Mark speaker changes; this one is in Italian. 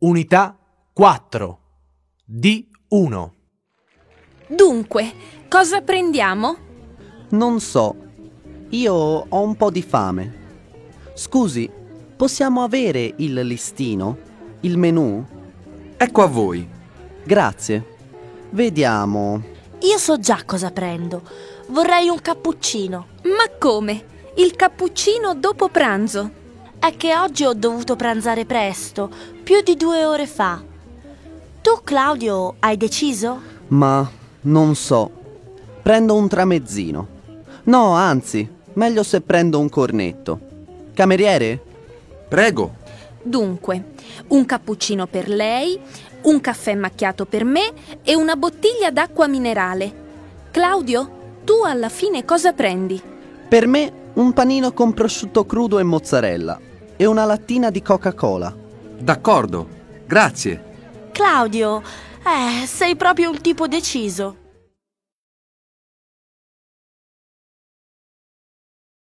Speaker 1: Unità 4. D1.
Speaker 2: Dunque, cosa prendiamo?
Speaker 3: Non so. Io ho un po' di fame. Scusi, possiamo avere il listino? Il menù?
Speaker 4: Ecco a voi.
Speaker 3: Grazie. Vediamo.
Speaker 5: Io so già cosa prendo. Vorrei un cappuccino.
Speaker 2: Ma come? Il cappuccino dopo pranzo.
Speaker 5: È che oggi ho dovuto pranzare presto, più di due ore fa. Tu, Claudio, hai deciso?
Speaker 3: Ma non so. Prendo un tramezzino. No, anzi, meglio se prendo un cornetto. Cameriere?
Speaker 4: Prego.
Speaker 2: Dunque, un cappuccino per lei, un caffè macchiato per me e una bottiglia d'acqua minerale. Claudio, tu alla fine cosa prendi?
Speaker 3: Per me un panino con prosciutto crudo e mozzarella e una lattina di Coca-Cola.
Speaker 4: D'accordo. Grazie.
Speaker 5: Claudio, eh, sei proprio un tipo deciso.